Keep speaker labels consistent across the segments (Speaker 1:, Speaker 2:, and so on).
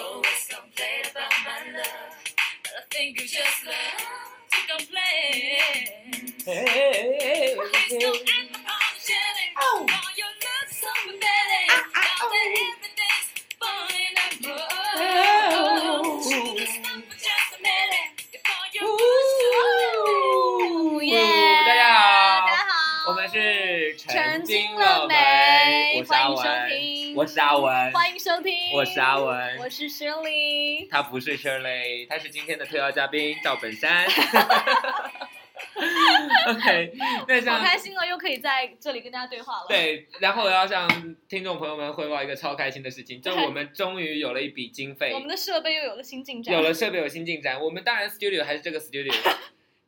Speaker 1: complain about my love, but I think you just love to complain.
Speaker 2: Hey, hey, hey,
Speaker 1: Please
Speaker 2: hey.
Speaker 1: don't act apologetic.
Speaker 2: Oh.
Speaker 1: All your looks so pathetic.
Speaker 2: Ah, ah,
Speaker 1: Now that
Speaker 2: oh.
Speaker 1: everything's falling
Speaker 2: Oh.
Speaker 1: apart. Should have stopped for just a minute before you pushed away.
Speaker 2: 呜
Speaker 3: 耶！
Speaker 2: 大
Speaker 3: 大
Speaker 2: 家好，
Speaker 3: 家好，
Speaker 2: 我们是
Speaker 3: 成
Speaker 2: 精
Speaker 3: 精了没
Speaker 2: 我是阿
Speaker 3: 欢迎收
Speaker 2: 文，
Speaker 3: 听
Speaker 2: 我是阿文，我
Speaker 3: 欢迎收听，
Speaker 2: 是阿文
Speaker 3: 我是 Shirley。
Speaker 2: 他不是 Shirley，他是今天的特邀嘉宾赵本山。OK，那
Speaker 3: 好
Speaker 2: 像
Speaker 3: 开心哦，又可以在这里跟大家对话了。，
Speaker 2: 对，然后我要向听众朋友们汇报一个超开心的事情，就是我们终于有了一笔经费
Speaker 3: 我，们的设备又有了新进展。
Speaker 2: 有了设备，有新进展。我们当然 Studio 还是这个 Studio，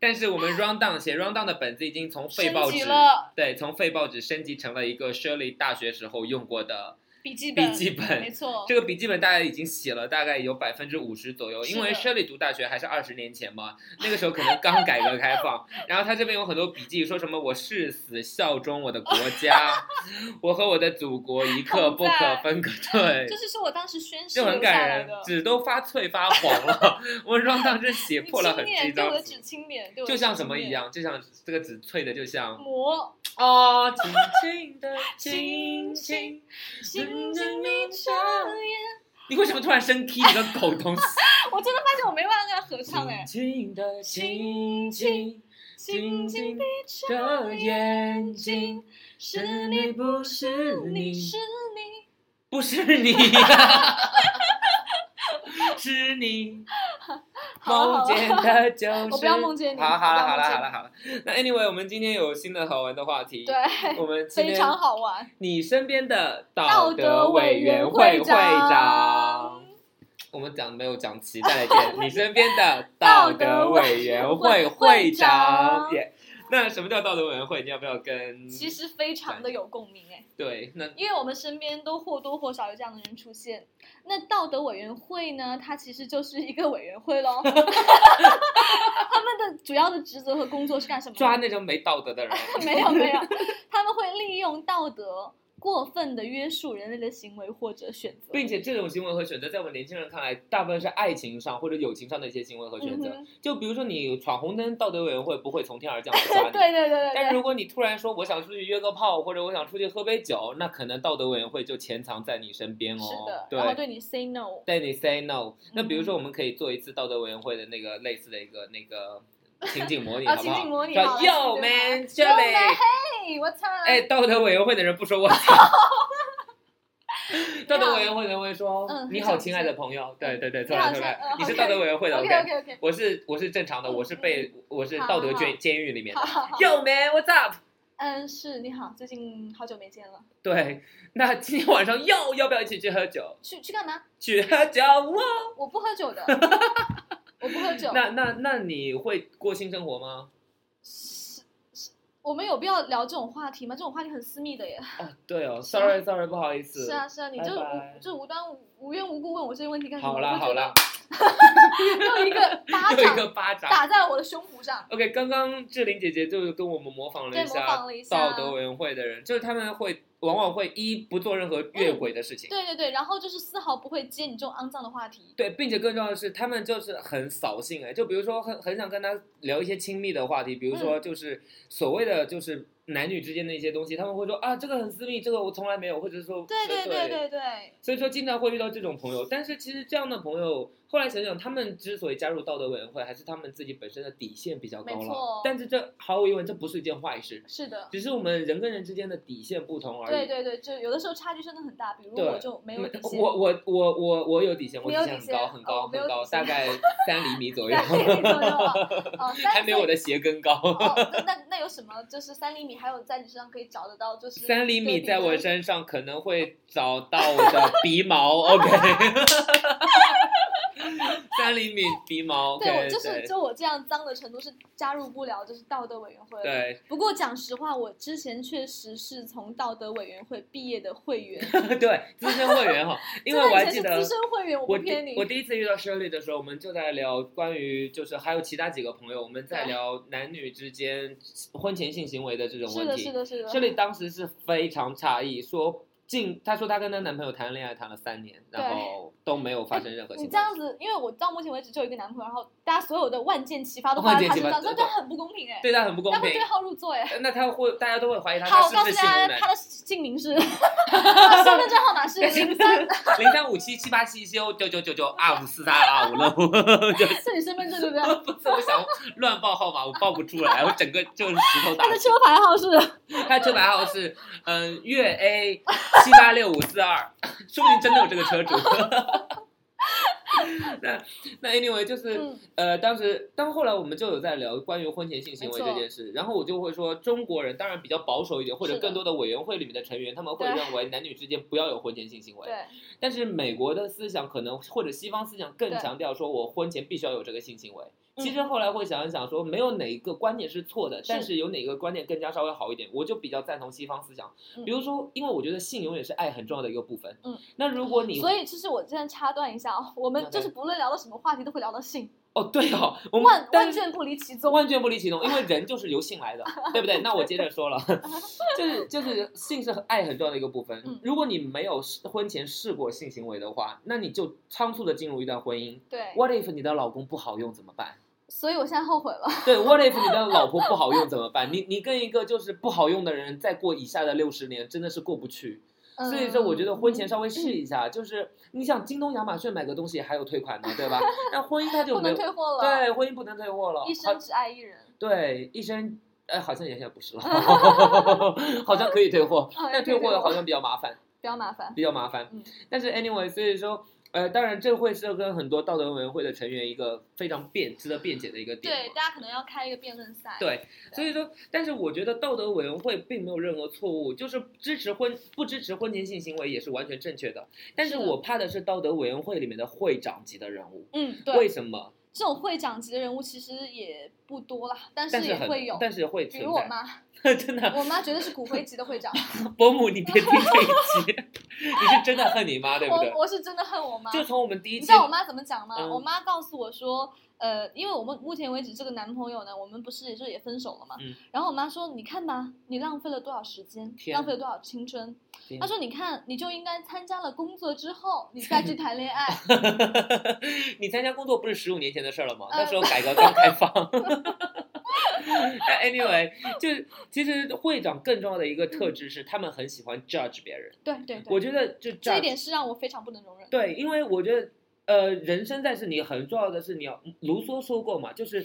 Speaker 2: 但 是我们 Round Down 写 Round Down 的本子已经从废报
Speaker 3: 升级
Speaker 2: 纸，
Speaker 3: 了
Speaker 2: 对，从废报纸升级成了一个 Shirley 大学时候用过的
Speaker 3: 笔记本，
Speaker 2: 笔记
Speaker 3: 没
Speaker 2: 本。
Speaker 3: 错。
Speaker 2: 这个笔记本大概已经写了大概有百分之五十左右，
Speaker 3: 是
Speaker 2: 因为
Speaker 3: 的
Speaker 2: Shirley 读大学还是二十年前嘛，那个时候可能刚改革开 放，然后他这边有很多笔记，说什么我誓死效忠我的国家， 我和我的祖国一刻不可分割，对，
Speaker 3: 这就是我当时宣誓
Speaker 2: 就很
Speaker 3: 留下
Speaker 2: 感
Speaker 3: 来
Speaker 2: 人
Speaker 3: 的，。
Speaker 2: 纸都发脆发黄了。 我让当真写
Speaker 3: 你
Speaker 2: 破了很
Speaker 3: 轻
Speaker 2: 几
Speaker 3: 点，对我
Speaker 2: 张
Speaker 3: 的
Speaker 2: 纸
Speaker 3: 纸，轻点，对我的
Speaker 2: 就像什么
Speaker 3: 纸
Speaker 2: 一
Speaker 3: 轻点。
Speaker 2: 样，就像这个纸脆的，就
Speaker 3: 嗯
Speaker 2: 像
Speaker 3: 磨，
Speaker 2: 哦，轻轻的，轻轻。
Speaker 3: 轻轻闭上眼。
Speaker 2: 你为什么突然升 key？你个狗东西！
Speaker 3: 我真的发现我没办法跟他合唱哎。
Speaker 2: 轻轻的，轻轻
Speaker 3: 轻轻闭
Speaker 2: 的
Speaker 3: 上眼，
Speaker 2: 眼睛，
Speaker 3: 是你，
Speaker 2: 不是
Speaker 3: 你是你。
Speaker 2: 不是你， 是你。
Speaker 3: 好
Speaker 2: 梦
Speaker 3: 了好了
Speaker 2: 见的就是
Speaker 3: 我不要梦见你
Speaker 2: 好，好了，
Speaker 3: 我
Speaker 2: 好了，
Speaker 3: 不要梦见
Speaker 2: 好了，好了。那 anyway，我们今天有新的好玩的话题。，
Speaker 3: 对，
Speaker 2: 我们今
Speaker 3: 非
Speaker 2: 天
Speaker 3: 常好玩。
Speaker 2: 你身边的
Speaker 3: 道
Speaker 2: 德
Speaker 3: 德
Speaker 2: 委
Speaker 3: 委
Speaker 2: 员
Speaker 3: 员
Speaker 2: 会
Speaker 3: 会
Speaker 2: 长
Speaker 3: 长。
Speaker 2: 我们讲没有讲齐，再来一遍。你身边的道
Speaker 3: 道德
Speaker 2: 德委
Speaker 3: 委
Speaker 2: 员
Speaker 3: 员
Speaker 2: 会
Speaker 3: 会
Speaker 2: 会
Speaker 3: 会
Speaker 2: 长
Speaker 3: 长。
Speaker 2: 耶那什么叫道德委员会？你要不要跟？
Speaker 3: 其实非常的有共鸣哎，
Speaker 2: 对，那
Speaker 3: 因为我们身边都或多或少有这样的人出现。那道德委员会呢，它其实就是一个委员会喽。 他们的主要的职责和工作是干什么呢？
Speaker 2: 抓那种没道德的人。
Speaker 3: 没有没有，他们会利用道德过分的约束人类的行为或者选择，
Speaker 2: 并且这种行为和选择，在我们年轻人看来，大部分是爱情上或者友情上的一些行为和选择。
Speaker 3: 嗯哼
Speaker 2: 就比如说，你闯红灯，道德委员会不会从天而 降来抓你？
Speaker 3: 对对对对
Speaker 2: 但
Speaker 3: 对，
Speaker 2: 如果你突然说我想出去约个炮，或者我想出去喝杯酒，那可能道德委员会就潜藏在你身边哦。
Speaker 3: 是的，然后
Speaker 2: 对，
Speaker 3: 对嗯你 say no，
Speaker 2: 对你 say no。那比如说，我们可以做一次道德委员会的那个类似的一个那个情景模拟，
Speaker 3: 啊
Speaker 2: 好不好？
Speaker 3: 情景模拟
Speaker 2: 说
Speaker 3: 好
Speaker 2: Yo
Speaker 3: 来
Speaker 2: man，这
Speaker 3: 对吧 Yo,
Speaker 2: 里
Speaker 3: man，嘿，我操，
Speaker 2: 哎，道德委员会的人不说 我。道德委员会的人会说：“
Speaker 3: 嗯
Speaker 2: 你好，亲爱的朋友。”对对对，出
Speaker 3: 你
Speaker 2: 来
Speaker 3: 好
Speaker 2: 出来
Speaker 3: 亲爱，嗯
Speaker 2: 你是
Speaker 3: 好
Speaker 2: 道德委员会的
Speaker 3: OK OK OK，
Speaker 2: 我是我是正常的，
Speaker 3: 嗯
Speaker 2: 我是被我是道德
Speaker 3: 好好好
Speaker 2: 监监狱里面的
Speaker 3: 好。好好，
Speaker 2: Yo man，what's up？
Speaker 3: 嗯，是你好，最近好久没见了，
Speaker 2: 对，那今天晚上要要不要一起去喝酒？
Speaker 3: 去去干嘛？
Speaker 2: 去喝酒哇！
Speaker 3: 我不喝 酒的，我不喝酒，
Speaker 2: 那那那你会过性生活吗？
Speaker 3: 我们有必要聊这种话题吗？这种话题很私密的耶。
Speaker 2: 哦，对哦，sorry sorry，不好意思。
Speaker 3: 是啊是啊，你就
Speaker 2: 拜拜
Speaker 3: 无就无端无无缘无故问我这些问题干什么？
Speaker 2: 好啦
Speaker 3: 我会觉
Speaker 2: 好啦，
Speaker 3: 得又一个 巴
Speaker 2: 又一
Speaker 3: 掌
Speaker 2: 个巴掌。
Speaker 3: 打在我的胸脯上。
Speaker 2: OK，刚刚志玲姐姐就是跟我们模仿了
Speaker 3: 对，
Speaker 2: 一
Speaker 3: 模
Speaker 2: 下
Speaker 3: 仿了一下。
Speaker 2: 道德委员会的人，就是他们会往往会一不做任何越轨的事情。
Speaker 3: 对对对，然后就是丝毫不会接你这种肮脏的话题。
Speaker 2: 对，并且更重要的是，他们就是很扫兴哎，就比如说很很想跟他聊一些亲密的话题，比如
Speaker 3: 嗯
Speaker 2: 说就是所谓的就是男女之间的一些东西，他们会说啊这个很私密，这个我从来没有，或者说
Speaker 3: 对
Speaker 2: 对
Speaker 3: 对对对对，
Speaker 2: 所以说经常会遇到这种朋友。但是其实这样的朋友，后来想想，他们之所以加入道德委员会，还是他们自己本身的底线比较高
Speaker 3: 没
Speaker 2: 了
Speaker 3: 错。
Speaker 2: 但是这毫无疑问，这不是一件坏事，
Speaker 3: 是的。
Speaker 2: 只是我们人跟人之间的底线不同而已。
Speaker 3: 对对对，就有的时候差距真的很大，比如
Speaker 2: 对
Speaker 3: 我就没有底线，
Speaker 2: 我我我我我有底线，我
Speaker 3: 你有
Speaker 2: 线
Speaker 3: 底
Speaker 2: 很
Speaker 3: 线
Speaker 2: 高很高
Speaker 3: 哦我没有
Speaker 2: 很高，
Speaker 3: 底
Speaker 2: 大
Speaker 3: 线
Speaker 2: 概 三厘米左右
Speaker 3: 三，厘米左右啊，哦，三
Speaker 2: 还没有我
Speaker 3: 的。
Speaker 2: 的鞋跟 高。
Speaker 3: 哦， 那那那有什么？就是三厘米，还有在你身上可以找得到，就是
Speaker 2: 三厘米
Speaker 3: 对比
Speaker 2: 在我
Speaker 3: 的
Speaker 2: 身上可能会找到我的鼻毛 ，OK。三厘米鼻毛，OK，
Speaker 3: 对我就是
Speaker 2: 对
Speaker 3: 就我这样脏的程度是加入不了，就是道德委员会。。
Speaker 2: 对，
Speaker 3: 不过讲实话，我之前确实是从道德委员会毕业的会员，
Speaker 2: 对，资深会员 哈， 因为
Speaker 3: 真
Speaker 2: 我
Speaker 3: 的以
Speaker 2: 还
Speaker 3: 前
Speaker 2: 记
Speaker 3: 是
Speaker 2: 得
Speaker 3: 资。深会员，我
Speaker 2: 我
Speaker 3: 不
Speaker 2: 第
Speaker 3: 骗你。
Speaker 2: 我第一次遇到 Shirley 的时候，我们就在聊关于就是还有其他几个朋友，我们在
Speaker 3: 对啊
Speaker 2: 聊男女之间婚前性行为的这种
Speaker 3: 是
Speaker 2: 问
Speaker 3: 的，
Speaker 2: 题
Speaker 3: 是。的，是的。
Speaker 2: Shirley 当时是非常诧异，说近她说她跟她男朋友谈恋爱谈了三年，然后都没有发生任何
Speaker 3: 哎你
Speaker 2: 性
Speaker 3: 这
Speaker 2: 关
Speaker 3: 样
Speaker 2: 系。
Speaker 3: 子，因为我到目前为止就有一个男朋友，然后大家所有的万箭齐发都
Speaker 2: 万
Speaker 3: 花在
Speaker 2: 箭
Speaker 3: 他
Speaker 2: 齐
Speaker 3: 身
Speaker 2: 发
Speaker 3: 上，这
Speaker 2: 对
Speaker 3: 就很不公平哎，
Speaker 2: 对她很不公
Speaker 3: 然后
Speaker 2: 平呃
Speaker 3: 对。号入座哎。
Speaker 2: 那她会，大家都会怀疑她
Speaker 3: 好，
Speaker 2: 她
Speaker 3: 我
Speaker 2: 是
Speaker 3: 告
Speaker 2: 不
Speaker 3: 诉啊
Speaker 2: 是性
Speaker 3: 大
Speaker 2: 无
Speaker 3: 家，
Speaker 2: 能
Speaker 3: 他。的姓 名是，他身份证号码是零三，
Speaker 2: 零三五七七八七九九九九九二五四三二五六， 就
Speaker 3: 这里身份证对不对？
Speaker 2: 不是我想乱报号码，我报不出来，我整个就是石头打
Speaker 3: 他的车牌号是，
Speaker 2: 他车牌号是嗯粤 A 七八六五四二， 说不定真的有这个车主。 那那 anyway 就是、
Speaker 3: 嗯，
Speaker 2: 呃，当时当后来我们就有在聊关于婚前性行为
Speaker 3: 没错
Speaker 2: 这件事，然后我就会说，中国人当然比较保守一点，或
Speaker 3: 是
Speaker 2: 者
Speaker 3: 的
Speaker 2: 更多的委员会里面的成员，他们会
Speaker 3: 对
Speaker 2: 认为男女之间不要有婚前性行为。
Speaker 3: 对，
Speaker 2: 但是美国的思想可能或者西方思想更
Speaker 3: 对
Speaker 2: 强调说，我婚前必须要有这个性行为。
Speaker 3: 嗯
Speaker 2: 其实后来会想一想说，没有哪一个观念是错的，
Speaker 3: 是
Speaker 2: 但是有哪个观念更加稍微好一点，我就比较赞同西方思想
Speaker 3: 嗯。
Speaker 2: 比如说，因为我觉得性永远是爱很重要的一个部分。
Speaker 3: 嗯，
Speaker 2: 那如果你
Speaker 3: 所以就是我这样插断一下啊，我们
Speaker 2: 对
Speaker 3: 就是不论聊到什么话题都会聊到性，
Speaker 2: 哦对哦，我们
Speaker 3: 万
Speaker 2: 但
Speaker 3: 万
Speaker 2: 是
Speaker 3: 卷不离其宗。
Speaker 2: 万卷不离其宗，因为人就是由性来的，对不对？那我接着 说了，就是就是性是很爱很重要的一个部分
Speaker 3: 嗯。
Speaker 2: 如果你没有试婚前试过性行为的话，那你就仓促的进入一段婚姻。
Speaker 3: 对，
Speaker 2: What if 你的老公不好用怎么办？
Speaker 3: 所以我现在后悔了。
Speaker 2: 对，What if 你的老婆不好用怎么办？你你跟一个就是不好用的人再过以下的六十年，真的是过不去。所以说，我觉得婚前
Speaker 3: 嗯
Speaker 2: 稍微试一下，就是你想京东、亚马逊买个东西还有退款呢， 对吧？那婚姻它就
Speaker 3: 不
Speaker 2: 没
Speaker 3: 能
Speaker 2: 有，
Speaker 3: 退货了，，
Speaker 2: 对，婚姻不能退货了。
Speaker 3: 一
Speaker 2: 好
Speaker 3: 生只爱一人。
Speaker 2: 对一生，哎，好像也现在不 是了，好像可以退货，
Speaker 3: 好像
Speaker 2: 但
Speaker 3: 可以退
Speaker 2: 退货
Speaker 3: 货
Speaker 2: 好像比较麻烦。
Speaker 3: 比较麻烦。
Speaker 2: 比较麻烦
Speaker 3: 嗯。
Speaker 2: 但是 anyway，所以说，呃，当然这会是跟很多道德委员会的成员一个非常辩值得辩解的一个点嘛。
Speaker 3: 对，大家可能要开一个辩论赛。
Speaker 2: 对所以说，但是我觉得道德委员会并没有任何错误，就是支持婚不支持婚前性行为也是完全正确的。但是
Speaker 3: 是的
Speaker 2: 我怕的是道德委员会里面的会长级的人物，
Speaker 3: 嗯，
Speaker 2: 为
Speaker 3: 对，
Speaker 2: 什么？
Speaker 3: 这种会长级的人物其实也不多啦，但
Speaker 2: 但
Speaker 3: 是
Speaker 2: 是
Speaker 3: 也
Speaker 2: 很
Speaker 3: 会有。
Speaker 2: 但是会
Speaker 3: 比
Speaker 2: 存
Speaker 3: 如我
Speaker 2: 在。
Speaker 3: 妈，
Speaker 2: 真的，
Speaker 3: 我妈绝对是骨灰级的会长。
Speaker 2: 伯母，你别听这一集， 你是真的恨你妈，对不对
Speaker 3: 我？我是真的恨我妈。
Speaker 2: 就从我们第一
Speaker 3: 你
Speaker 2: 期
Speaker 3: 知道我妈怎么讲吗？
Speaker 2: 嗯
Speaker 3: 我妈告诉我说，呃，因为我们目前为止这个男朋友呢，我们不是就也分手了嘛。
Speaker 2: 嗯
Speaker 3: 然后我妈说，你看吧，你浪费了多少时间，
Speaker 2: 天
Speaker 3: 浪费了多少青春。
Speaker 2: 天
Speaker 3: 她说，你看，你就应该参加了工作之后，你 再去谈恋爱。
Speaker 2: 你参加工作不是十五年前的事儿了吗？
Speaker 3: 呃
Speaker 2: 那时候 改革刚开放。 但 anyway，就是其实会长更重要的一个
Speaker 3: 嗯
Speaker 2: 特质是，他们很喜欢 judge 别人。
Speaker 3: 对对
Speaker 2: 我
Speaker 3: 对，
Speaker 2: 觉得就 judge,
Speaker 3: 这一点是让我非常不能容忍的。
Speaker 2: 对，因为我觉得呃，人生在世，你很重要的是你要卢梭说过嘛，就是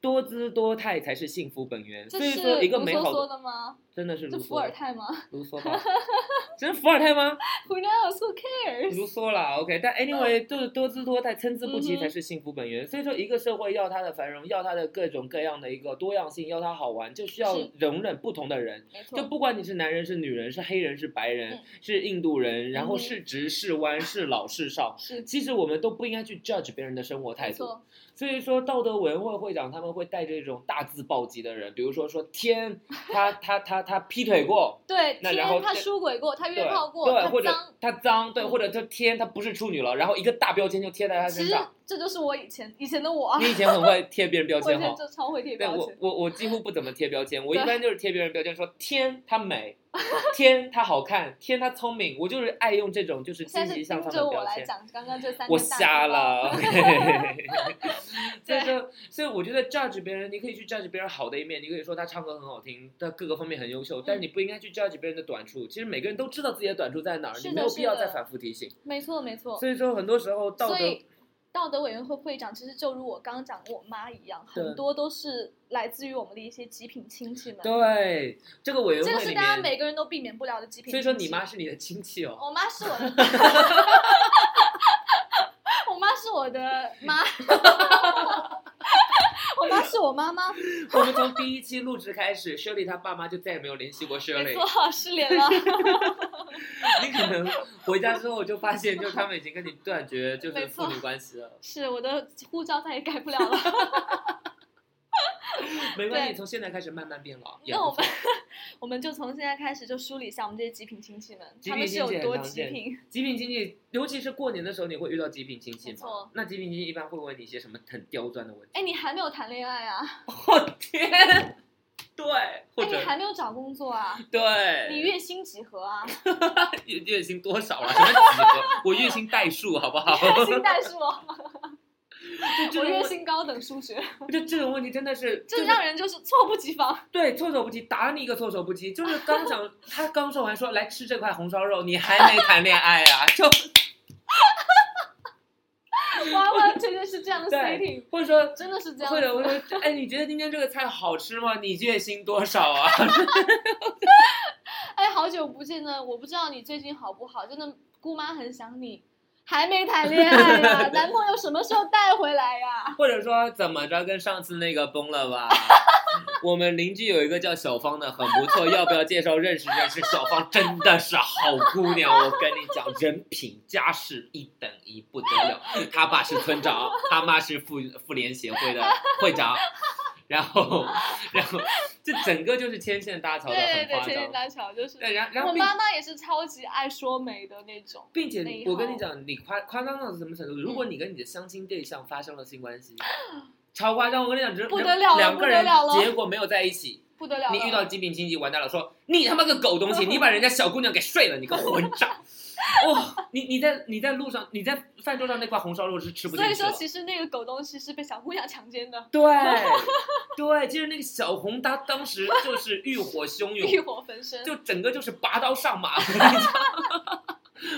Speaker 2: 多姿多态才是幸福本源。
Speaker 3: 这
Speaker 2: 所以
Speaker 3: 是
Speaker 2: 说，一个
Speaker 3: 卢
Speaker 2: 美
Speaker 3: 梭
Speaker 2: 好
Speaker 3: 说的吗？
Speaker 2: 真的是
Speaker 3: 这
Speaker 2: 卢
Speaker 3: 伏尔
Speaker 2: 梭，
Speaker 3: 泰吗
Speaker 2: 卢梭 吧？真是伏尔泰吗？
Speaker 3: ？Who knows? Who cares?
Speaker 2: 卢梭啦，OK，但 anyway 就是多姿多态、参差不齐
Speaker 3: 嗯嗯哼
Speaker 2: 才是幸福本源。所以说，一个社会要它的繁荣，要它的各种各样的一个多样性，要它好玩，就需要
Speaker 3: 是
Speaker 2: 容忍不同的人。
Speaker 3: 没错
Speaker 2: 就，不管你是男人是女人，是黑人是白人，
Speaker 3: 嗯
Speaker 2: 是印度人，然后
Speaker 3: 嗯哼
Speaker 2: 是直是弯，是老是少。
Speaker 3: 是
Speaker 2: 其实我们都不应该去 judge 别人的生活态
Speaker 3: 没
Speaker 2: 度，
Speaker 3: 错，
Speaker 2: 所以说，道德委员会会长他们会带着一种大字报级的人，比如说说 天，他他他他劈腿过，
Speaker 3: 对，
Speaker 2: 那然后
Speaker 3: 天他
Speaker 2: 这
Speaker 3: 出轨过，他
Speaker 2: 对
Speaker 3: 约炮过，
Speaker 2: 对，或
Speaker 3: 他
Speaker 2: 者
Speaker 3: 脏。
Speaker 2: 他脏，对，
Speaker 3: 嗯
Speaker 2: 或者他天他不是处女了，然后一个大标签就贴在他
Speaker 3: 其
Speaker 2: 身
Speaker 3: 实
Speaker 2: 上。
Speaker 3: 这就是我以前以前的 我啊，
Speaker 2: 你以前很会贴别人标
Speaker 3: 我以
Speaker 2: 签
Speaker 3: 前
Speaker 2: 哈，
Speaker 3: 就超会贴
Speaker 2: 对
Speaker 3: 标
Speaker 2: 我
Speaker 3: 签。
Speaker 2: 我我几乎不怎么贴标签，我一
Speaker 3: 对
Speaker 2: 般就是贴别人标签说天他美，天他好看，天他聪明，我就是爱用这种就是积
Speaker 3: 现在
Speaker 2: 极
Speaker 3: 是
Speaker 2: 向
Speaker 3: 盯
Speaker 2: 上的
Speaker 3: 着我
Speaker 2: 标
Speaker 3: 来
Speaker 2: 签。
Speaker 3: 讲刚刚 这三
Speaker 2: 我
Speaker 3: 件大
Speaker 2: 瞎
Speaker 3: 字报。
Speaker 2: 了， 所以
Speaker 3: 对
Speaker 2: 说，所以我觉得 judge 别人，你可以去 judge 别人好的一面，你可以说他唱歌很好听，他各个方面很优秀，但
Speaker 3: 嗯
Speaker 2: 是你不应该去 judge 别人的短处。其实每个人都知道自己的短处在哪儿，
Speaker 3: 是
Speaker 2: 你没
Speaker 3: 的
Speaker 2: 有必要
Speaker 3: 是的
Speaker 2: 再反复提醒。
Speaker 3: 没错没错，
Speaker 2: 所以说，很多时候道
Speaker 3: 所
Speaker 2: 德
Speaker 3: 以道德委员会会长其实就如我刚刚讲我妈一样，
Speaker 2: 对
Speaker 3: 很多都是来自于我们的一些极品亲戚们。
Speaker 2: 对这个委员
Speaker 3: 这个
Speaker 2: 会
Speaker 3: 是
Speaker 2: 里
Speaker 3: 大家
Speaker 2: 面，
Speaker 3: 每个人都避免不了的极品亲戚。
Speaker 2: 所以说你妈是你的亲戚哦。
Speaker 3: 我妈是我 的，我妈是我的 妈，我妈是我妈妈，
Speaker 2: 我们从第一期录制开始，Shirley 她爸妈就再也没有联系过
Speaker 3: 没
Speaker 2: Shirley。
Speaker 3: 错，失联了。
Speaker 2: 你可能回家之后就发现，就是他们已经跟你断 绝就是
Speaker 3: 没
Speaker 2: 父
Speaker 3: 错
Speaker 2: 女关系了。
Speaker 3: 是我的护照再也改不了了。
Speaker 2: 没关系，
Speaker 3: 对
Speaker 2: 从现在开始慢慢变老。也
Speaker 3: 那
Speaker 2: 不
Speaker 3: 我
Speaker 2: 错
Speaker 3: 们 我们就从现在开始就梳理一下我们这些极品亲戚们，
Speaker 2: 极
Speaker 3: 他
Speaker 2: 品
Speaker 3: 们是有
Speaker 2: 亲戚很
Speaker 3: 多
Speaker 2: 常
Speaker 3: 极
Speaker 2: 见
Speaker 3: 品。
Speaker 2: 极品经济，尤其是过年的时候，你会遇到极品亲戚
Speaker 3: 没
Speaker 2: 嘛
Speaker 3: 错？
Speaker 2: 那极品经济一 般会问你一些什么很刁钻的问题？
Speaker 3: 哎，你还没有谈恋爱啊？
Speaker 2: 我天！对，或
Speaker 3: 哎，你
Speaker 2: 者
Speaker 3: 还没有找工 作啊？
Speaker 2: 对，
Speaker 3: 你月薪几 何啊？
Speaker 2: 月月薪多少啊？什么几何？我月薪代数好不 好？
Speaker 3: 月薪代数哦，
Speaker 2: 就这种
Speaker 3: 我月
Speaker 2: 问
Speaker 3: 薪高等 数学，
Speaker 2: 就这种问题真的是，就
Speaker 3: 这
Speaker 2: 是
Speaker 3: 让人就是猝不及防。
Speaker 2: 对措手不及，打你一个措手不及。就是刚想，他刚说完说来吃这块红烧肉，你还没谈恋爱啊？就
Speaker 3: 完完全全是这样的 setting，
Speaker 2: 对，或者说。
Speaker 3: 真的是这样
Speaker 2: 或
Speaker 3: 子。
Speaker 2: 者我说，哎，你觉得今天这个菜好吃吗？你月薪多少啊？
Speaker 3: 哎，好久不见呢，我不知道你最近好不好，真的姑妈很想你。还没谈恋 爱呀、男朋友什么时候带回来呀、
Speaker 2: 或者说怎么着，跟上次那个崩了 吧？我们邻居有一个叫小芳的，很不错，要不要介绍认识认识？小芳真的是好姑娘，我跟你讲，人品家世一等一，不得了。他爸是村长，他妈是妇妇联协会 的会长，然后，然后这整个就是牵线搭桥的，
Speaker 3: 对对
Speaker 2: 很
Speaker 3: 对，
Speaker 2: 夸
Speaker 3: 前天
Speaker 2: 张。
Speaker 3: 搭桥就是。
Speaker 2: 对，然然后
Speaker 3: 我
Speaker 2: 并
Speaker 3: 妈妈也是超级爱说媒的那种，
Speaker 2: 并且
Speaker 3: 内
Speaker 2: 我跟你
Speaker 3: 耗嗯
Speaker 2: 讲，你夸夸张到什么程度？如果你跟你的相亲对象发生了性关系，超夸张！我跟你讲，只
Speaker 3: 不得了了
Speaker 2: 两
Speaker 3: 不
Speaker 2: 个
Speaker 3: 得
Speaker 2: 人
Speaker 3: 了了
Speaker 2: 结果没有在一起，
Speaker 3: 不得了了。
Speaker 2: 你遇到极品亲戚完蛋了，说你他妈个狗东西，你把人家小姑娘给睡了，你个混账！哦，你你在你在路上，你在饭桌上那块红烧肉是吃不进
Speaker 3: 所
Speaker 2: 去
Speaker 3: 以
Speaker 2: 了。
Speaker 3: 说，其实那个狗东西是被小姑娘强奸的，
Speaker 2: 对对，其实那个小红她当时就是欲火汹涌，
Speaker 3: 欲火焚身。
Speaker 2: 就整个就是拔刀上马。我跟你讲，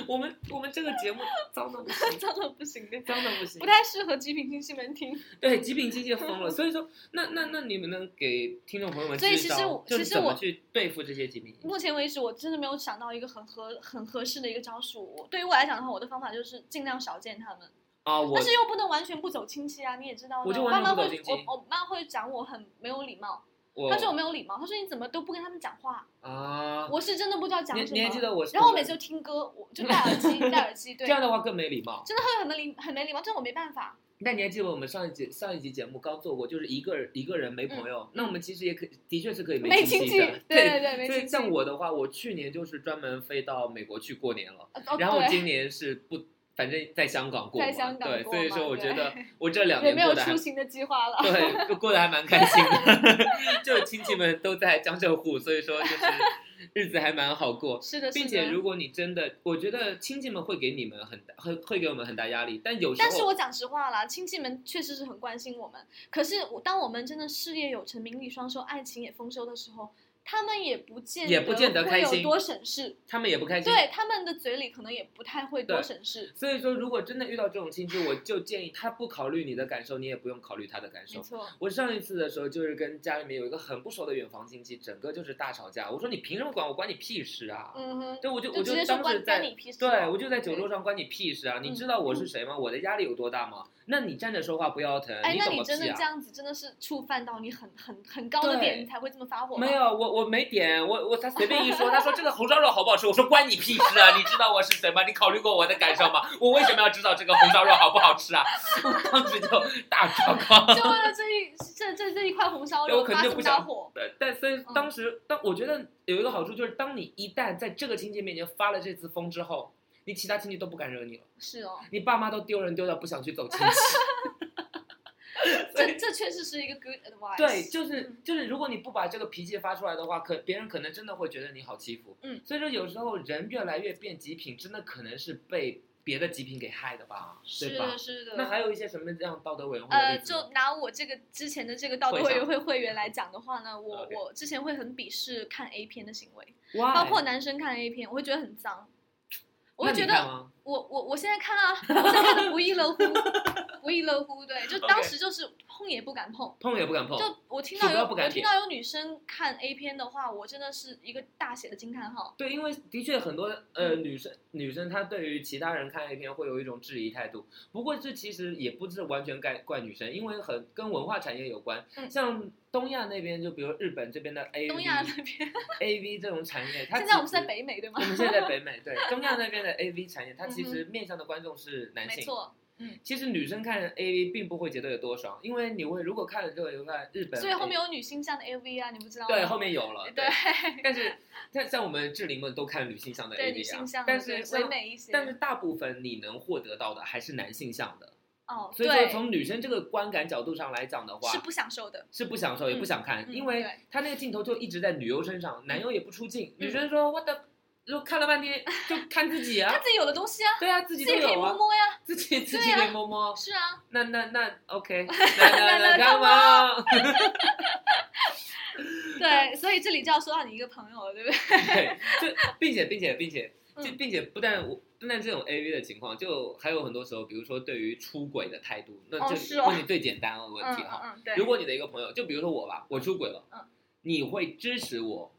Speaker 2: 我们我们这个节目脏到不行，
Speaker 3: 真的不行的，
Speaker 2: 脏到不行
Speaker 3: 不。太适合极品亲戚们听。
Speaker 2: 对，极品机械疯了。所以说，那那那你们能给听众朋友们
Speaker 3: 所以
Speaker 2: 支
Speaker 3: 其实
Speaker 2: 招
Speaker 3: 我
Speaker 2: 就是
Speaker 3: 其实
Speaker 2: 怎么
Speaker 3: 我
Speaker 2: 去对付这些极品机械？
Speaker 3: 目前为止，我真的没有想到一个很合很合适的一个招数。我对于我来讲的话，我的方法就是尽量少见他们，
Speaker 2: 啊，我
Speaker 3: 但是又不能完全不走亲戚啊。你也知道的，
Speaker 2: 我就
Speaker 3: 我
Speaker 2: 完
Speaker 3: 爸
Speaker 2: 全
Speaker 3: 妈
Speaker 2: 不走
Speaker 3: 会
Speaker 2: 亲，戚
Speaker 3: 我我妈会讲我很没有礼貌，
Speaker 2: 我
Speaker 3: 她说我没有礼貌，她说你怎么都不跟他们讲话，
Speaker 2: 啊，
Speaker 3: 我是真的不知道讲
Speaker 2: 你
Speaker 3: 什
Speaker 2: 你还记
Speaker 3: 么。
Speaker 2: 得我是？
Speaker 3: 然后我每次就听歌，我就戴耳 机，戴耳机，对
Speaker 2: 这，样的话更没礼貌。
Speaker 3: 真的会很没礼，很没礼貌，这我没办法。
Speaker 2: 那你还记得我们上一集上一集节目刚做过，就是一个人一个人没朋友，那我们其实也可以，的确是可以
Speaker 3: 嗯没
Speaker 2: 亲
Speaker 3: 亲戚，
Speaker 2: 的
Speaker 3: 对。对对，没
Speaker 2: 所
Speaker 3: 亲戚。
Speaker 2: 以像我的话，我去年就是专门飞到美国去过年了。
Speaker 3: 呃，哦
Speaker 2: 然后我
Speaker 3: 对
Speaker 2: 今年是不，反正在香港过嘛，
Speaker 3: 在香港
Speaker 2: 对，
Speaker 3: 过
Speaker 2: 所以
Speaker 3: 嘛
Speaker 2: 说我觉
Speaker 3: 对
Speaker 2: 得我这两
Speaker 3: 也
Speaker 2: 年
Speaker 3: 没有
Speaker 2: 过得还
Speaker 3: 出行的计 划 了。
Speaker 2: 对，就过得还蛮开心的， 就是亲戚们都在江浙沪，所以说就是日子还蛮好过。
Speaker 3: 是的，
Speaker 2: 并
Speaker 3: 是的
Speaker 2: 且如果你真的，我觉得亲戚们会给你们很大，会会给我们很大压力，但有时
Speaker 3: 但是
Speaker 2: 候
Speaker 3: 我讲实话啦，亲戚们确实是很关心我们。可是我当我们真的事业有成、名利双收、爱情也丰收的时候，他们也不见
Speaker 2: 也不见得
Speaker 3: 会
Speaker 2: 开
Speaker 3: 有
Speaker 2: 心
Speaker 3: 多省事。
Speaker 2: 他们也不开心。
Speaker 3: 对，他们的嘴里可能也不太会多
Speaker 2: 对
Speaker 3: 省事。
Speaker 2: 所以说，如果真的遇到这种亲戚，我就建议他不考虑你的感受，你也不用考虑他的感
Speaker 3: 没
Speaker 2: 受。
Speaker 3: 错，
Speaker 2: 我上一次的时候，就是跟家里面有一个很不熟的远房亲戚，整个就是大吵架。我说你凭什么管我，关你屁事啊！
Speaker 3: 嗯哼，
Speaker 2: 对，我就
Speaker 3: 就
Speaker 2: 我
Speaker 3: 直接说
Speaker 2: 当时
Speaker 3: 关
Speaker 2: 在
Speaker 3: 关你屁事啊。
Speaker 2: 对，我就在酒桌上关你屁事
Speaker 3: 嗯
Speaker 2: 啊！你知道我是谁吗？我的压力有多大吗？那你站着说话不腰疼，
Speaker 3: 哎，那
Speaker 2: 怎
Speaker 3: 你
Speaker 2: 么
Speaker 3: 真的
Speaker 2: 屁
Speaker 3: 这
Speaker 2: 啊？
Speaker 3: 样子，真的是触犯到你很很很高的
Speaker 2: 对
Speaker 3: 点，你才会这么发火吗。
Speaker 2: 没有，我我没点，我我他随便一说，他说这个红烧肉好不好吃，我说关你屁事啊！你知道我是谁吗？你考虑过我的感受吗？我为什么要知道这个红烧肉好不好吃啊？我当时就大糟 糕。
Speaker 3: 就为了这一这这这一块红烧
Speaker 2: 对我
Speaker 3: 肉
Speaker 2: 肯
Speaker 3: 发
Speaker 2: 定
Speaker 3: 什
Speaker 2: 不
Speaker 3: 么大
Speaker 2: 想
Speaker 3: 火？
Speaker 2: 对，但所以
Speaker 3: 嗯
Speaker 2: 当时，但我觉得有一个好处就是，当你一旦在这个亲戚面前发了这次疯之后，你其他亲戚都不敢惹你了，
Speaker 3: 是哦，
Speaker 2: 你爸妈都丢人丢到不想去走亲戚。
Speaker 3: 这这确实是一个 good advice。
Speaker 2: 对，就是
Speaker 3: 嗯
Speaker 2: 就是，如果你不把这个脾气发出来的话，可别人可能真的会觉得你好欺负。
Speaker 3: 嗯，
Speaker 2: 所以说有时候人越来越变极品，真的可能是被别的极品给害的吧，
Speaker 3: 是
Speaker 2: 对
Speaker 3: 的，
Speaker 2: 吧？
Speaker 3: 是的。
Speaker 2: 那还有一些什么样道德委员会的
Speaker 3: 呃，
Speaker 2: 例子吗？
Speaker 3: 就拿我这个之前的这个道德
Speaker 2: 会
Speaker 3: 委员
Speaker 2: 上
Speaker 3: 会会员来讲的话呢，我
Speaker 2: OK
Speaker 3: 我之前会很鄙视看 A 片的行为，
Speaker 2: 就哇，
Speaker 3: 包括男生看 A 片，我会觉得很脏，我会
Speaker 2: 那你
Speaker 3: 觉
Speaker 2: 看
Speaker 3: 得
Speaker 2: 吗
Speaker 3: 我我我现在看啊，我现在看的不亦 乐乎，不亦乐乎，对，就
Speaker 2: OK
Speaker 3: 当时就是碰也不敢碰。
Speaker 2: 碰也不敢碰，
Speaker 3: 就我听到
Speaker 2: 鼠
Speaker 3: 有
Speaker 2: 标不敢
Speaker 3: 我听
Speaker 2: 点
Speaker 3: 到有女生看 A 片的话，我真的是一个大写的惊叹号。
Speaker 2: 对，因为的确很多呃
Speaker 3: 嗯
Speaker 2: 女生女生她对于其他人看 A 片会有一种质疑态度，不过这其实也不是完全怪怪女生，因为很跟文化产业有关，
Speaker 3: 嗯
Speaker 2: 像东亚那边就比如日本这边的 A
Speaker 3: 东亚那边，
Speaker 2: A V 这种产业，它
Speaker 3: 现在我们
Speaker 2: 嗯其
Speaker 3: 是在
Speaker 2: 实
Speaker 3: 北美对吗
Speaker 2: 我？们现在在北美，对东亚那边的 A V 产业，它其
Speaker 3: 嗯
Speaker 2: 实面向的观众是男
Speaker 3: 没
Speaker 2: 性。
Speaker 3: 错，
Speaker 2: 其实女生看 A V 并不会觉得有多爽，因为你会如果看了之后有看日本，
Speaker 3: 所以后面有女性向的 AV 啊，你不知道吗？
Speaker 2: 对后面有了
Speaker 3: 对
Speaker 2: 但是像像我们志玲们都看女性向的
Speaker 3: 对
Speaker 2: A
Speaker 3: 女
Speaker 2: V 啊
Speaker 3: 性向，的，
Speaker 2: 但是
Speaker 3: 对唯
Speaker 2: 像
Speaker 3: 美一些。
Speaker 2: 但是大部分你能获得到的还是男性向的。
Speaker 4: 哦，
Speaker 2: 所以说
Speaker 3: 对
Speaker 2: 从女生这个观感角度上来讲的话，
Speaker 3: 是不享受的。
Speaker 2: 是不享受也不想看，
Speaker 3: 嗯
Speaker 2: 因为
Speaker 4: 对
Speaker 2: 他那个镜头就一直在女优身上，男优也不出镜，
Speaker 3: 嗯
Speaker 2: 女生说我的，就看了半天就看自 己啊
Speaker 3: 他，自己有的东西啊，
Speaker 2: 对啊，自己
Speaker 3: 自
Speaker 2: 都
Speaker 3: 己可以
Speaker 2: 有
Speaker 3: 摸
Speaker 2: 啊，
Speaker 3: 摸呀。
Speaker 2: 自己自
Speaker 3: 对
Speaker 2: 己
Speaker 3: 啊
Speaker 2: 可以摸摸，
Speaker 3: 是啊，
Speaker 2: 那那那 OK，那那那
Speaker 3: 那那
Speaker 2: 干嘛？
Speaker 4: 对，所以这里就要说到你一个朋友了，对不对？
Speaker 2: 对，就并且并且并且
Speaker 4: 嗯
Speaker 2: 就并且不但我不但这种 A V 的情况，就还有很多时候，比如说对于出轨的态度，那
Speaker 4: 哦
Speaker 2: 这
Speaker 4: 是哦
Speaker 2: 问题最简单的问
Speaker 3: 嗯
Speaker 2: 题
Speaker 3: 嗯
Speaker 2: 哈。
Speaker 3: 嗯，对
Speaker 2: 如。果你的一个朋友，就比如说我吧，我出轨了，
Speaker 3: 嗯
Speaker 2: 你会支持我，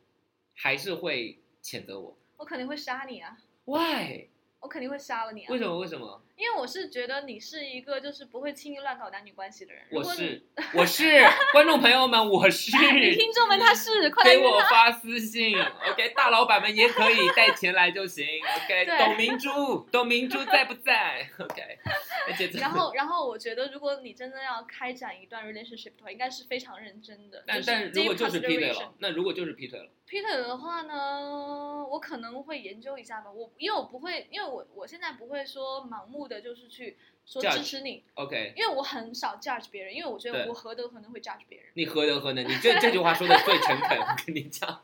Speaker 2: 还是会谴责我
Speaker 3: 我肯定会杀你啊！
Speaker 2: ？Why？
Speaker 3: 我肯定会杀了你啊
Speaker 2: 为！什么？为什么？
Speaker 3: 因为我是觉得你是一个就是不会轻易乱搞男女关系的人。
Speaker 2: 我
Speaker 3: 如果你
Speaker 2: 是我是观众朋友们，我是
Speaker 3: 你听众们，他是快来
Speaker 2: 给
Speaker 3: 约
Speaker 2: 我
Speaker 3: 他。
Speaker 2: 发私信，OK，大 老板们也可以带钱来就行，OK，
Speaker 3: 对
Speaker 2: 董明珠，董明珠在不在？OK，而且这
Speaker 3: 然后，然后我觉得，如果你真的要开展一段 relationship 的话，应该是非常认真的。
Speaker 2: 但
Speaker 3: 就
Speaker 2: 但如果
Speaker 3: deep
Speaker 2: 就是劈腿
Speaker 3: consideration
Speaker 2: 了，那如果就是劈腿了，
Speaker 3: 劈腿的话呢，我可能会研究一下吧。我因为我不会，因为我我现在不会说盲目的就是去说
Speaker 2: Judge
Speaker 3: 支持你，
Speaker 2: ，OK，
Speaker 3: 因为我很少 judge 别人，因为我觉
Speaker 2: 对
Speaker 3: 得我何德何能会 judge 别人。
Speaker 2: 你何德何能？你这这句话说的最诚恳，我跟你讲，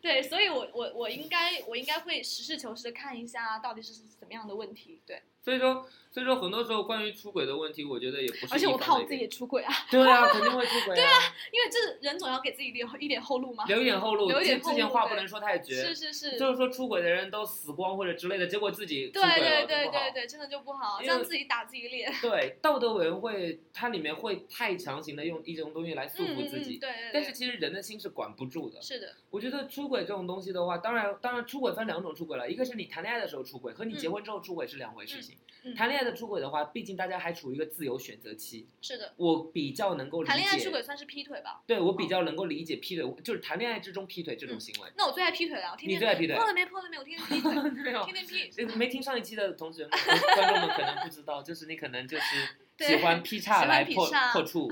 Speaker 3: 对，所以我我我应该我应该会实事求是的看一下到底是怎么样的问题。对，
Speaker 2: 所以说所以说很多时候关于出轨的问题，我觉得也不是，
Speaker 3: 而且我怕我自己，也出轨啊，
Speaker 2: 对啊，肯定会出轨，对啊，
Speaker 3: 因为这人总要给自己留一点后路嘛。
Speaker 2: 留一点后路，
Speaker 3: 留一点
Speaker 2: 之
Speaker 3: 后
Speaker 2: 之前
Speaker 3: 路
Speaker 2: 话
Speaker 3: 对
Speaker 2: 不能说太绝，
Speaker 3: 是是是，
Speaker 2: 就是说出轨的人都死光或者之类的，结果自己出
Speaker 3: 对
Speaker 2: 轨
Speaker 3: 对
Speaker 2: 了，
Speaker 3: 对
Speaker 2: 就不好
Speaker 3: 对对，真的就不好，这
Speaker 2: 因为
Speaker 3: 样自己打自己 脸。
Speaker 2: 对，道德委员会它里面会太强行的用一种东西来束
Speaker 3: 嗯嗯
Speaker 2: 缚
Speaker 3: 嗯，
Speaker 2: 自己。
Speaker 3: 对对对，
Speaker 2: 但是其实人的心是管不住的。
Speaker 3: 是的，
Speaker 2: 我觉得出轨这种东西的话，当然，当然出轨分两种出轨了，一个是你谈恋爱的时候出轨，和你结
Speaker 3: 嗯
Speaker 2: 婚之后出轨是两回事情。
Speaker 3: 嗯
Speaker 2: 谈恋爱的出轨的话，毕竟大家还处于一个自由选择期，
Speaker 3: 是的，
Speaker 2: 我比较能够理解。
Speaker 3: 谈恋爱出轨，算是劈腿吧？
Speaker 2: 对我比较能够理解劈腿，就是谈恋爱之中劈腿这种
Speaker 3: 嗯
Speaker 2: 行为。
Speaker 3: 那我最爱劈腿了，我天
Speaker 2: 你
Speaker 3: 天
Speaker 2: 最爱劈腿
Speaker 3: 破？了没？破了没？我天天劈 腿，
Speaker 2: 没有，
Speaker 3: 天天劈。
Speaker 2: 呃没听上一期的同 学们、观众们可能不知道，就是你可能就是喜
Speaker 3: 对
Speaker 2: 欢劈叉
Speaker 3: 喜欢
Speaker 2: 来
Speaker 3: 劈
Speaker 2: 破
Speaker 3: 叉
Speaker 2: 破 处。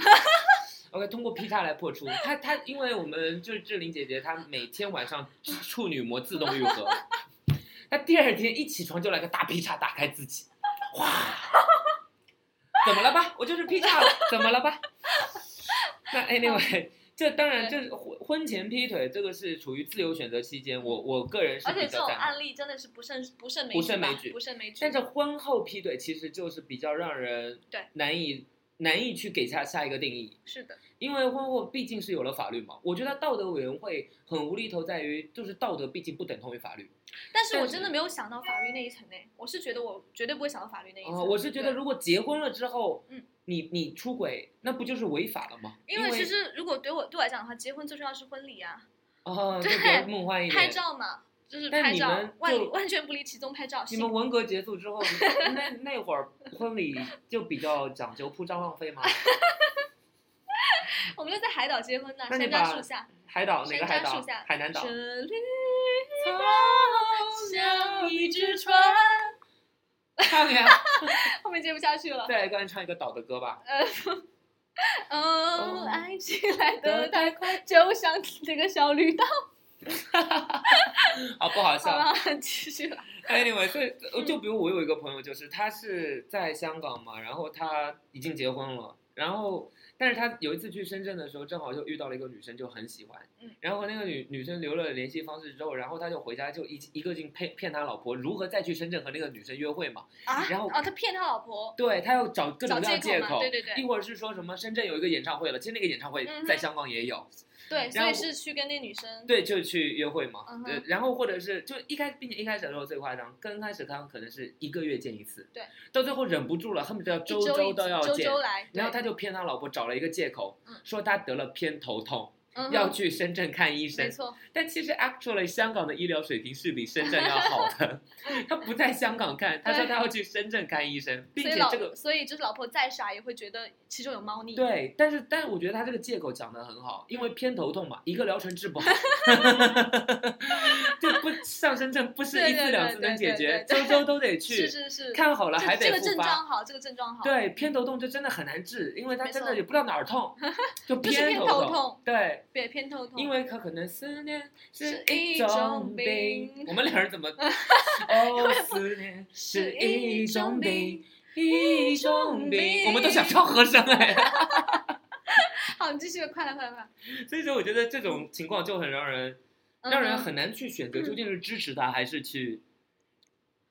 Speaker 2: OK，通过劈叉来破处。她她，因为我们就是志玲姐姐，她每天晚上处女膜自动愈 合，她第二天一起床就来个大劈叉打开自己，哇，怎么了吧？我就是劈叉了，怎么了吧？那 anyway，这当然这婚婚前劈腿这个是处于自由选择期间，我我个人是
Speaker 3: 而
Speaker 2: 比
Speaker 3: 且这
Speaker 2: 较
Speaker 3: 种
Speaker 2: 赞同。啊
Speaker 3: 案例真的是不胜不胜枚
Speaker 2: 不
Speaker 3: 举，
Speaker 2: 胜枚
Speaker 3: 吧
Speaker 2: 举
Speaker 3: 不胜枚举。
Speaker 2: 但是婚后劈腿其实就是比较让人
Speaker 3: 对
Speaker 2: 难以难以去给下下一个定义，
Speaker 3: 是的，
Speaker 2: 因为婚后毕竟是有了法律嘛。我觉得道德委员会很无厘头在于，就是道德毕竟不等同于法律。
Speaker 3: 但是
Speaker 2: 但
Speaker 3: 我
Speaker 2: 是
Speaker 3: 真的没有想到法律那一层呢，我是觉得我绝对不会想到法律那一层。
Speaker 2: 啊，我是觉得
Speaker 3: 对，
Speaker 2: 如果结婚了之后，
Speaker 3: 嗯，
Speaker 2: 你你出轨，那不就是违法了吗？因
Speaker 3: 因为其实如果对我对我来讲的话，结婚最重要是婚礼啊，
Speaker 2: 啊，就
Speaker 3: 对
Speaker 2: 比较梦幻一
Speaker 3: 拍
Speaker 2: 点。
Speaker 3: 照嘛，就是
Speaker 2: 但
Speaker 3: 拍
Speaker 2: 你
Speaker 3: 照
Speaker 2: 们，
Speaker 3: 万
Speaker 2: 就
Speaker 3: 里万卷不离其宗拍照。
Speaker 2: 你
Speaker 3: 幸
Speaker 2: 们文革结束之后，那那会儿婚礼就比较讲究铺张浪费吗？
Speaker 3: 我们就在海岛结婚呢，
Speaker 2: 那你
Speaker 3: 山楂
Speaker 2: 把
Speaker 3: 树下，
Speaker 2: 海 岛哪个海
Speaker 3: 山楂
Speaker 2: 岛
Speaker 3: 树下？
Speaker 2: 海南岛。
Speaker 3: 这里
Speaker 2: 像
Speaker 3: 像一只船，
Speaker 2: 唱 呀，
Speaker 3: 后面接不下去了。
Speaker 2: 再来个人唱一个岛的歌吧。
Speaker 3: 哦
Speaker 2: 哦，
Speaker 3: 爱情来
Speaker 2: 得
Speaker 3: 得太快，就像这个小绿灯。
Speaker 2: 好不好
Speaker 3: 好嗯
Speaker 2: 笑
Speaker 3: 了，继续了。
Speaker 2: ？Anyway，所以呃就比如我有一个朋友，就是他是在香港嘛，然后他已经结婚了，然后但是他有一次去深圳的时候，正好就遇到了一个女生，就很喜欢
Speaker 3: 嗯，
Speaker 2: 然后和那个女女生留了联系方式之后，然后他就回家就一一个劲骗骗他老婆如何再去深圳和那个女生约会嘛，
Speaker 3: 啊
Speaker 2: 然后
Speaker 3: 哦，他骗他老婆，
Speaker 2: 对他要找各种
Speaker 3: 找
Speaker 2: 各样
Speaker 3: 借
Speaker 2: 借
Speaker 3: 口嘛，对对
Speaker 2: 一
Speaker 3: 对
Speaker 2: 会儿是说什么深圳有一个演唱会了，其实那个演唱会
Speaker 3: 嗯哼
Speaker 2: 在香港也有，
Speaker 3: 对，
Speaker 2: 然
Speaker 3: 所
Speaker 2: 后
Speaker 3: 以是去跟那女生。
Speaker 2: 对，就去约会嘛。
Speaker 3: 嗯哼
Speaker 2: 呃，然后或者是就一开，并且一开始的时候最夸张，刚开始他们可能是一个月见一次，
Speaker 3: 对，
Speaker 2: 到最后忍不住了，恨不得要
Speaker 3: 一
Speaker 2: 周
Speaker 3: 周一
Speaker 2: 都要
Speaker 3: 周
Speaker 2: 见。
Speaker 3: 周来，
Speaker 2: 然后他
Speaker 3: 对
Speaker 2: 就骗他老婆找了一个借口，
Speaker 3: 嗯
Speaker 2: 说他得了偏头痛，
Speaker 3: 嗯哼
Speaker 2: 要去深圳看医
Speaker 3: 没
Speaker 2: 生。
Speaker 3: 错，
Speaker 2: 但其实 actually 香港的医疗水平是比深圳要好的，
Speaker 3: 嗯
Speaker 2: 他不在香港看，他说
Speaker 3: 对
Speaker 2: 他要去深圳看医生，并
Speaker 3: 嗯所以
Speaker 2: 且
Speaker 3: 老
Speaker 2: 这个
Speaker 3: 所以就是老婆再傻也会觉得其中有猫腻。，
Speaker 2: 对，但是但是我觉得他这个借口讲的很好，
Speaker 3: 嗯
Speaker 2: 因为偏头痛嘛，一个疗程治 不好，就不上深圳不是
Speaker 3: 对
Speaker 2: 一次
Speaker 3: 对
Speaker 2: 两
Speaker 3: 对
Speaker 2: 次能
Speaker 3: 对
Speaker 2: 解
Speaker 3: 对
Speaker 2: 决，周
Speaker 3: 对
Speaker 2: 周都得
Speaker 3: 是
Speaker 2: 去，
Speaker 3: 是是，
Speaker 2: 看好了
Speaker 3: 这
Speaker 2: 还得
Speaker 3: 这个
Speaker 2: 复
Speaker 3: 症
Speaker 2: 发。
Speaker 3: 状好，这个症状好，
Speaker 2: 对，偏头痛就真的很难治，因为他
Speaker 3: 没
Speaker 2: 真的
Speaker 3: 错
Speaker 2: 也不知道哪儿 痛，就
Speaker 3: 就是偏
Speaker 2: 头
Speaker 3: 头
Speaker 2: 痛。
Speaker 3: 痛
Speaker 2: 对，
Speaker 3: 对，偏头痛。
Speaker 2: 因为他可能思念是
Speaker 3: 是
Speaker 2: 一
Speaker 3: 一
Speaker 2: 种
Speaker 3: 种
Speaker 2: 病
Speaker 3: 病。
Speaker 2: 我们两人怎么？哦，思念是
Speaker 3: 是
Speaker 2: 一
Speaker 3: 一
Speaker 2: 种
Speaker 3: 种
Speaker 2: 病
Speaker 3: 病，
Speaker 2: 一种病，我们都想唱和声哎。
Speaker 5: 好，你继续，快来快来快来！
Speaker 2: 所以说，我觉得这种情况就很让人
Speaker 5: 嗯
Speaker 2: 让人很难去选择
Speaker 5: 嗯
Speaker 2: 究竟是支持他还是去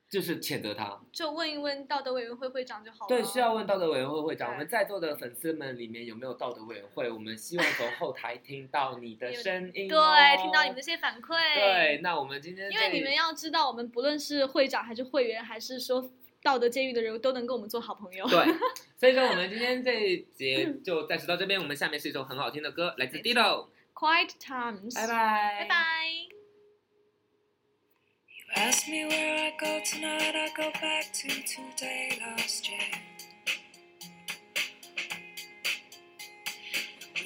Speaker 2: 就是谴责他。
Speaker 5: 就问一问道德委员会会长就好了。
Speaker 2: 对，需要问道德委员会会长，
Speaker 5: 对
Speaker 2: 我们在座的粉丝们里面有没有道德委员会？我们希望从后台听到你的声音、哦。
Speaker 5: 对，听到你们这些反馈。
Speaker 2: 对，，那我们今天
Speaker 3: 因为
Speaker 2: 这
Speaker 3: 你们要知道，我们不论是会长还是会员，还是说道德监狱的人，都能跟我们做好朋友。
Speaker 2: 对，所以说我们今天 这一节就暂时到这边。我们下面是一首很好听的歌，来自 Dido，
Speaker 3: Quiet times，
Speaker 2: 拜拜，
Speaker 5: 拜。拜。
Speaker 1: You ask me where I go tonight, I go back to today last year.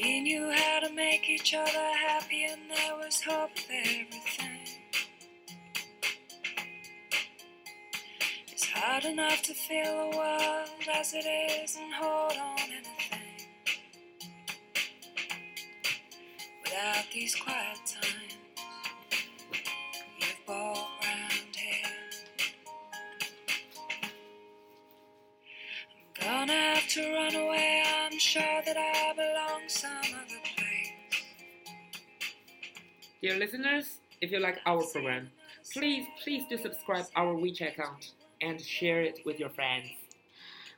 Speaker 1: We knew how to make each other happy, and there was hope for everything. It's hard enough to feel the world as it is and hold on anything without these quiet times. You've bought round here. I'm gonna have to run away. I'm sure that I belong some other place.
Speaker 2: Dear listeners, if you like our program, please please do subscribe our WeChat account and share it with your friends.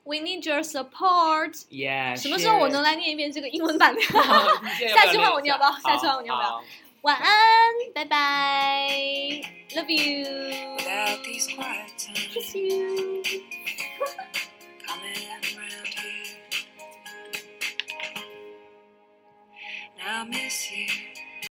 Speaker 3: We need your support。
Speaker 2: Yeah，
Speaker 3: 什么时候我能
Speaker 2: share it
Speaker 3: 来念一遍这个英文版 的？
Speaker 2: 好？你现在要不要
Speaker 3: 下句话我念好不好
Speaker 2: 练一
Speaker 3: 下句话我念好不好
Speaker 2: 好
Speaker 3: 晚安，拜拜，Love you，
Speaker 1: Without these quiet times
Speaker 3: kiss you。
Speaker 1: coming round here. Now I miss you.